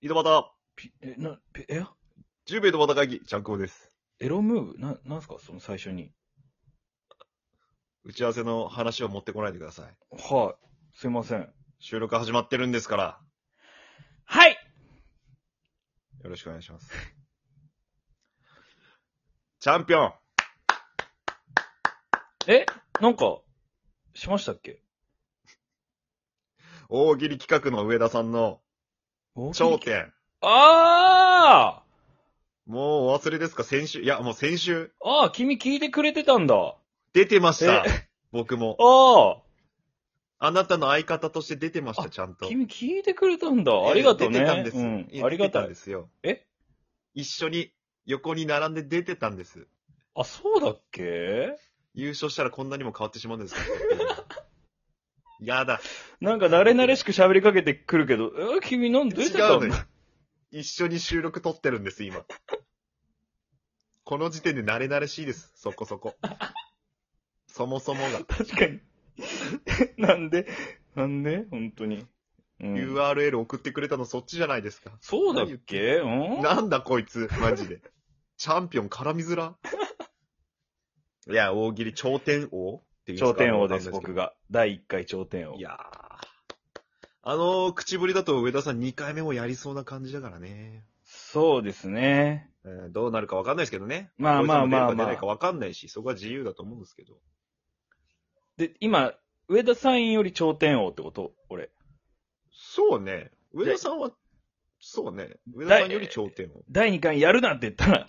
井戸端、ピえ、な、ピえ、 10名の端会議、ちゃんこです。エロムーブな、なんすかその最初に。打ち合わせの話を持ってこないでください。はい。すいません。収録始まってるんですから、はいよろしくお願いします。 チャンピオンえなんか、しましたっけ大喜利企画の上田さんの頂点。あもうお忘れですか先週、いや、もう先週、ーあー君聞いてくれてたんだ。あ出てましたえ。僕も。ああなたの相方として出てました、あちゃんと。君聞いてくれたんだ。ありがとうね。出てたんです。うんい。やありが出てたたんいで。すよ。え一緒に、横に並んで出てたんです。あ、そうだっけ優勝したらこんなにも変わってしまうん ですかやだ。なんか慣れ慣れしく喋りかけてくるけど、え君なんで出て違たうのよの。一緒に収録撮ってるんです、今。この時点で慣れ慣れしいです、そこそこ。そもそもが。確かに。 なんで、なんで本当に。うん、 URL 送ってくれたのそっちじゃないですか。そうだっけうんなんだこいつ、マジで。チャンピオン絡みづら。いや、大喜利頂点王っていうんすか頂点王です、わかんない僕が。第1回頂点王。けどいやーあの口ぶりだと上田さん2回目もやりそうな感じだからね。そうですね。えーどうなるかわかんないですけどね。まあまあまあこいつも出るか出まないかあ。わかんないし、そこは自由だと思うんですけど。で、今、上田さんより頂点王ってこと俺。そうね。上田さんは、そうね。上田さんより頂点を。第2回やるなって言ったら、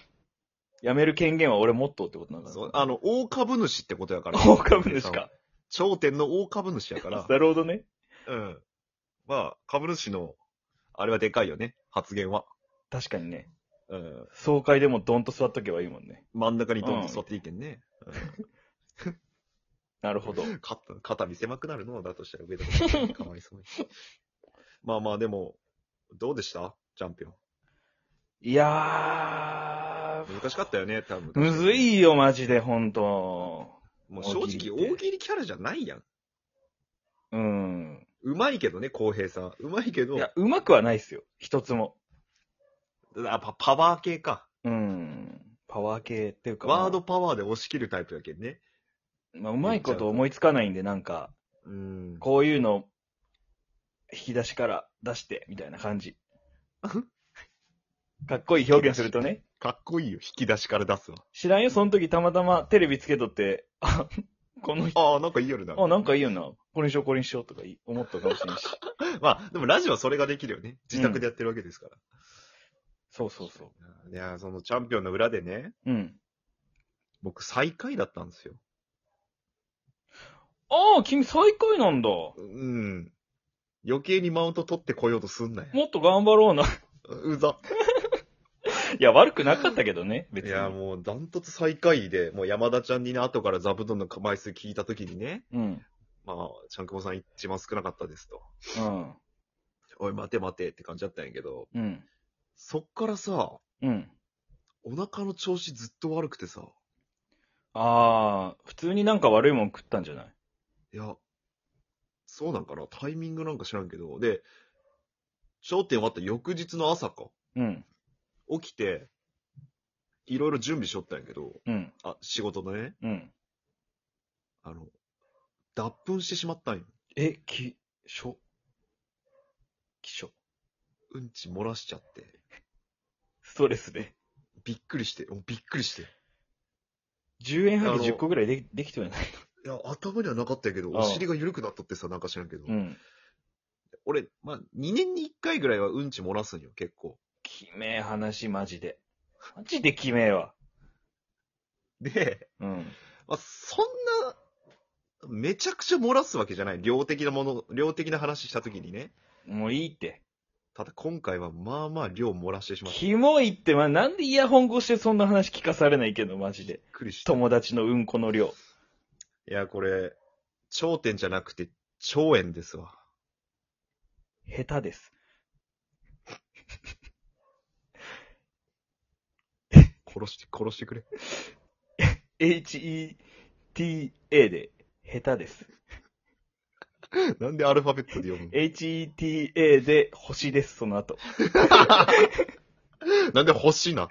やめる権限は俺持っとうってことなんだ。そうあの、大株主ってことやから。大株上主田さんはか。。頂点の大株主や から。なるほどね。うん。まあ、株主の、あれはでかいよね。発言は。確かにね。うん。総会でもドンと座っとけばいいもんね。真ん中にどんどん座っていけんね。なるほど。肩、肩身狭くなるのだとしたら上田さん。かわい そうに。まあまあ、でも、どうでしたチャンピオン。いやー、難しかったよね、多分。むず。いよ、マジで、ほんと。もう正直、大喜利キャラじゃないやん。うん。うまいけどね、浩平さん。うまいけど。いや、うまくはないっすよ。一つも。あパパワー系か。うん。パワー系っていうか。ワードパワーで押し切るタイプだけどね。まあ、うまいこと思いつかないんで、なんか、うん。こういうの、引き出しから出して、みたいな感じ。かっこいい表現するとね。かっこいいよ。引き出しから出すわ。知らんよ、その時たまたまテレビつけとって、 あ、この人、ああ、なんかいいよね。なんかあ、なんかいいよな。これにしよう、これにしようとかい思ったかもしれんし。まあ、でもラジオはそれができるよね。自宅でやってるわけですから。そうそうそいや、そのチャンピオンの裏でね、う。うん。僕最下位だったんですよ。ああ、君最下位なんだ。もうん。余計にマウント取ってこようとすんなよ。っと頑張ろうな。いう ざ。や、悪くなかったけどね、別いに。や、もうダントツ最下位で、もう山田ちゃんにね、後から座布団の枚数聞いたときにね、うん。まあ、ちゃんくぼさん一番少なかったですと。うん。おい、待て待てって感じだったんやけど、うん。そっからさ、うん。お腹の調子ずっと悪くてさ。ああ、普通になんか悪いもん食ったんじゃないいや、そうなんかなタイミングなんか知らんけど。で、焦点終わった翌日の朝か。うん。起きて、いろいろ準備しよったんやけど、うん。あ、仕事のね、うん。あの、脱粉してしまったんよ。え、き、しょ、きしょ。うんち漏らしちゃって。ストレスで。びっくりして、もうびっくりして。い10円あはのぎ10個ぐらいできできてはない。や、頭にはなかったんやけど、ああお尻が緩くなったってさ、なんか知らんけど。うん。俺、まあ、2年に1回ぐらいはうんち漏らすんよ、結構。きめえ話、マジで。マジできめえわ。で、うん。まあ、そんな、めちゃくちゃ漏らすわけじゃない。量的なもの、量的な話したときにね。もういいって。ただ今回はまあまあ量漏らしてしまった。びっキモいって、まあ、なんでイヤホン越してそんな話聞かされないけど、マジで。くりした。い友達のうんこの量。や、これ、頂点じゃなくて、超円ですわ。下手です。殺して、殺してくれ。 h-e-t-a で、下手です。なんでアルファベットで読む ?HETA で星です、その後。の なんで欲しいな。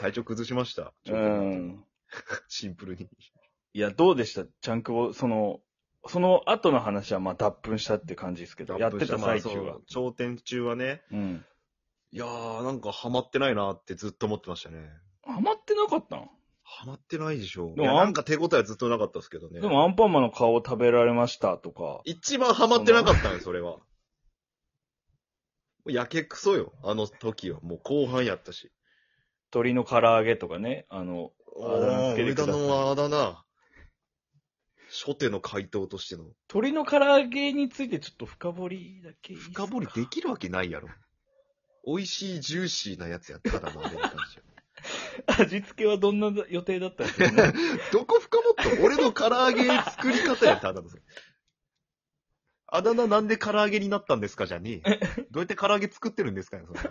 体調崩しました。ちょっとうん。シンプルに。いや、どうでしたちゃんくぼ、その、その後の話はまあ脱粉したって感じですけど、やってた最中まあはそう。頂点中はね、うん。いやー、なんかハマってないなってずっと思ってましたね。ハマってなかったんハマってないでしょ。いでもやあんなんか手応えはずっとなかったですけどね。でもアンパンマンの顔を食べられましたとか。一番ハマってなかったね、それは。もうやけくそよ、あの時は。もう後半やったし。鶏の唐揚げとかね、あの、あだ名つけて上くだ田さいのあだ名。初手の回答としての。鶏の唐揚げについてちょっと深掘りだけいいっすか深掘りできるわけないやろ。美味しいジューシーなやつやっただな、みたいな感じよ 味付けはどんな予定だったんですか ねどこ深掘った俺の唐揚げ作り方やっただのそれ。あだ名なんで唐揚げになったんですかじゃねえよ。どうやって唐揚げ作ってるんですかねそんない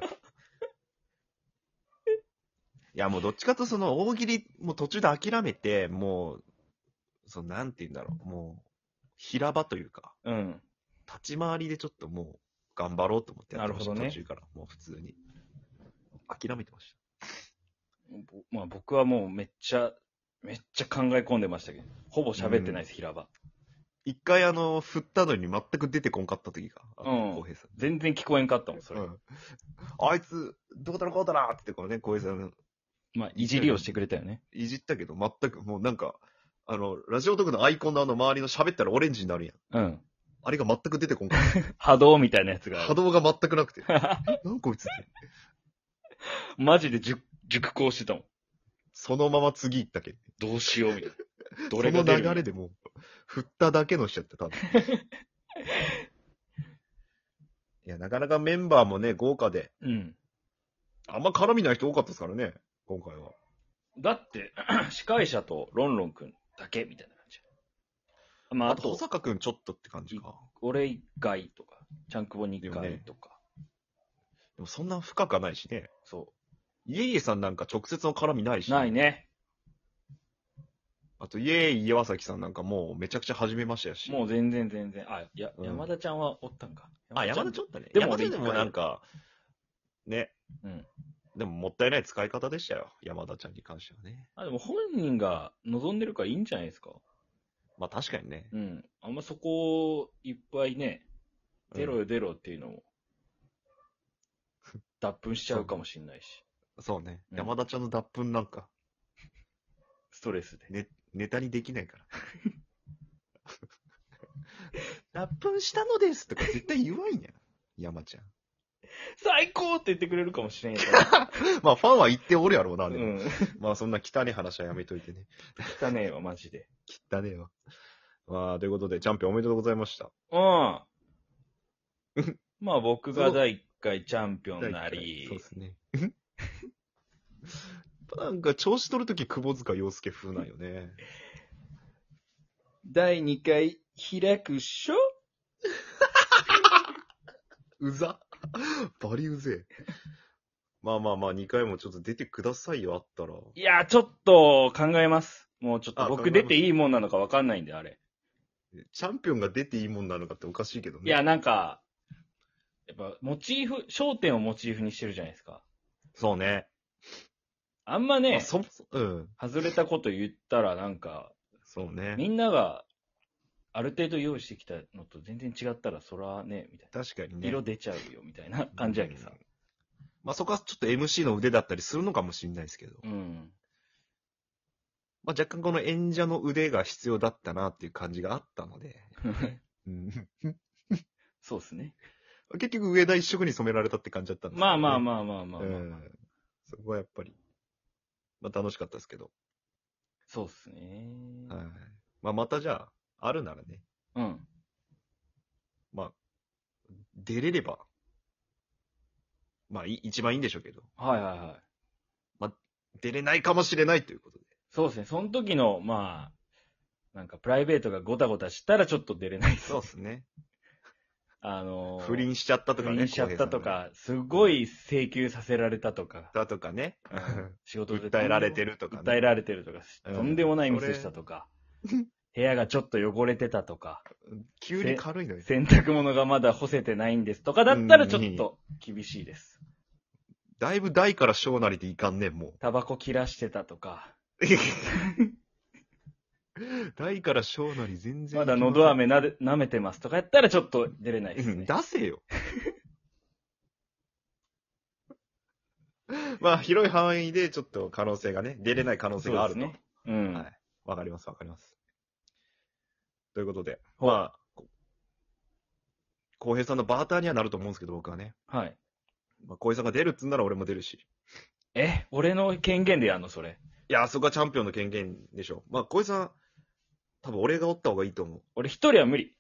や、もうどっちかとその大喜利、もう途中で諦めて、もう、そのなんて言うんだろう、もう、平場というか、うん。立ち回りでちょっともう、頑張ろうと思ってやってましたなるほどね途中から、もう普通に。諦めてましぼまあ僕はもうめっちゃ、めっちゃ考え込んでましたけど、ほぼ喋ってないです、平場。た。一回あの、振ったのに全く出てこんかった時が、あのうん浩平さん。全然聞こえんかったもん、それ。うん、あいつ、どうだろこうだらってこうね、小江さん、まあ、いじりをしてくれたよね。いじったけど、全く、もうなんか、あの、ラジオトークのアイコンのあの周りの喋ったらオレンジになるやん。うん。あれが全く出てこん かった。波動みたいなやつが。波動が全く なくて。えなんこいつって。マジで熟、熟考してたもん。そのまま次行ったけ。どうしようみたいな。ど それがの出る流れでもう、振っただけのしちゃって、多 分。いや、なかなかメンバーもね、豪華で、うん。あんま絡みない人多かったですからね、今回は。だって、 司会者とロンロンくんだけみたいな感じ。まあ、ああと、と保、坂くんちょっとって感じか。俺以外とか、ちゃんくぼに一だよ回ねとか。でもそんな深くはないしね。そイエイエさんなんか直接の絡みないし、う。ない。ね。あと、イエイ岩崎さんなんかもうめちゃくちゃ始めましたやし。もう全然全然。あ、や、うん山田ちゃんはおったんか。あ、山田ちちゃょっとね。ででもも俺山田でもなんか、ね。うん。でももったいない使い方でしたよ。山田ちゃんに関してはね。んあ、でも本人が望んでるからいいんじゃないですか。まあ確かにね。うん。あんまそこをいっぱいね、出ろうんよ出ろっていうのも、脱粉しちゃうかもしんないし、そうね。うん山田ちゃんの脱粉なんか、ストレスで。ね、ネタにできないから。 脱粉したのですとか絶対言わんやん。山ちゃん。最高って言ってくれるかもしれんや まあファンは言っておるやろうろ。な、 うでも。ん。まあそんな汚い話はやめといてね。汚ねえわ、マジで。だねえわ。まあ、ということで、チャンピオンおめでとうございました。うん。まあ僕が第1回チャンピオンなりそう、ですね。 なんか、調子取るとき、窪塚洋介風なんよね。 第2回開くっしょうざ。 バリうぜえ。まあまあまあ、2回もちょっと出てくださいよ、あったら。いや、ちょっと考えます。もうちょっとあ考僕えます出ていいもんなのかわかんないんで、あれ。チャンピオンが出ていいもんなのかっておかしいけどね。いや、、なんか、やっぱモチーフ、焦点をモチーフにしてるじゃないですか。そうね。あんままあね、そもそも、うん。外れたこと言ったらなんか、そうね。みんながある程度用意してきたのと全然違ったら、そらね、みたい確かにな。ね。色出ちゃうよ、みたいな感じやけどさ。まあそこはちょっと MC の腕だったりするのかもしれないですけど。うん。まあ、若干この演者の腕が必要だったなっていう感じがあったの で、うん、そうですね。結局上田一色に染められたって感じだったんですけどまあまあねまあまあまあうまあ、ん、そこはやっぱり、まあ、楽しかったですけど、そうですね。はいまあ、またじゃああるならね、うん。まあ、出れれば、まあい一番いいんでしょうけど、はいはいはい。出れないかもしれないということで。そうですね。その時の、まあ、なんかプライベートがごたごたしたらちょっと出れないです。そうですね。あのー不倫しちゃったとかね。不倫しちゃったと浩平さんがね。か、すごい請求させられたとか、だとかね。うん仕事 で訴えられてるとかね。訴えられてるとか、うんとんでもないミスしたとか、部屋がちょっと汚れてたとか、急に軽いのよ。洗濯物がまだ干せてないんですとかだったらちょっと厳しいです。だいぶ大から小なりでいかんねん、もタバコ切らしてたとか、う。 大から小なり全然。まだ喉。飴なで舐めてますとかやったらちょっと出れないでうすん、ね。出せよ。 まあ、広い範囲でちょっと可能性がね、出れない可能性があるそうとで。すね。うん。はいわかります、わかります。ということで、ほうまあ、こ浩平さんのバーターにはなると思うんですけど、僕はね。はい。まあ、浩平さんが出るっつんなら俺も出るし。え、俺の権限でやんのそれ。いや、そこはチャンピオンの権限でしょ。まあ、浩平さん、多分俺がおった方がいいと思俺一人は無理。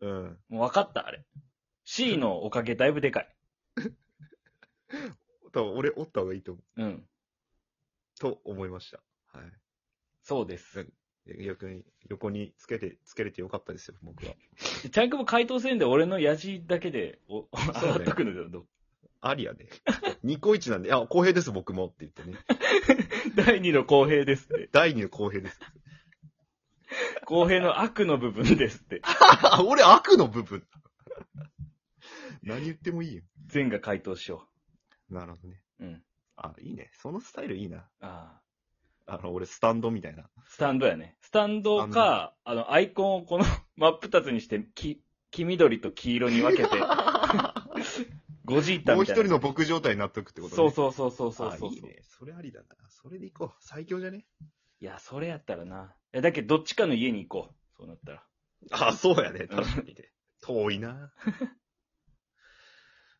う。うん。もう分かった、あれ。C のおかげだいぶでかい。多分俺おった方がいいと思う。うん。と思いました。はい。そうです。で逆に、横につけて、つけれてよかったですよ、僕は。ちゃんくも回答せんで俺のヤジだけで、お、うね洗っとくのよ、どうありや で。ニコイチなんで、あ、公平です、僕もって言ってね。第二の公平ですって。第二の公平です。公平の悪の部分ですって。 あ俺悪の部分。 何言ってもいいよ。全が回答しよなるほどね。う。うん。あ、いいね。そのスタイルいいな。ああの、俺、スタンドみたいな。あ。スタンドやね。スタンドか、あの、アイコンをこの 真っ二つにして、き、黄緑と黄色に 分けて、ゴジータもう一みたいな。人の僕状態になっとくってことね。そうそうそうそうそうあそういいね。それありだな。それでいこう。最強じゃねいや、それやったらな。いや、だけど、どっちかの家に行こう。そうなったら。あ、そうやね。確かにね。遠い な。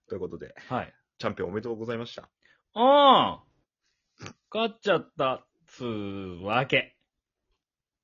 ということで、はい。チャンピオンおめでとうございました。ああ勝っちゃった、つーわけ。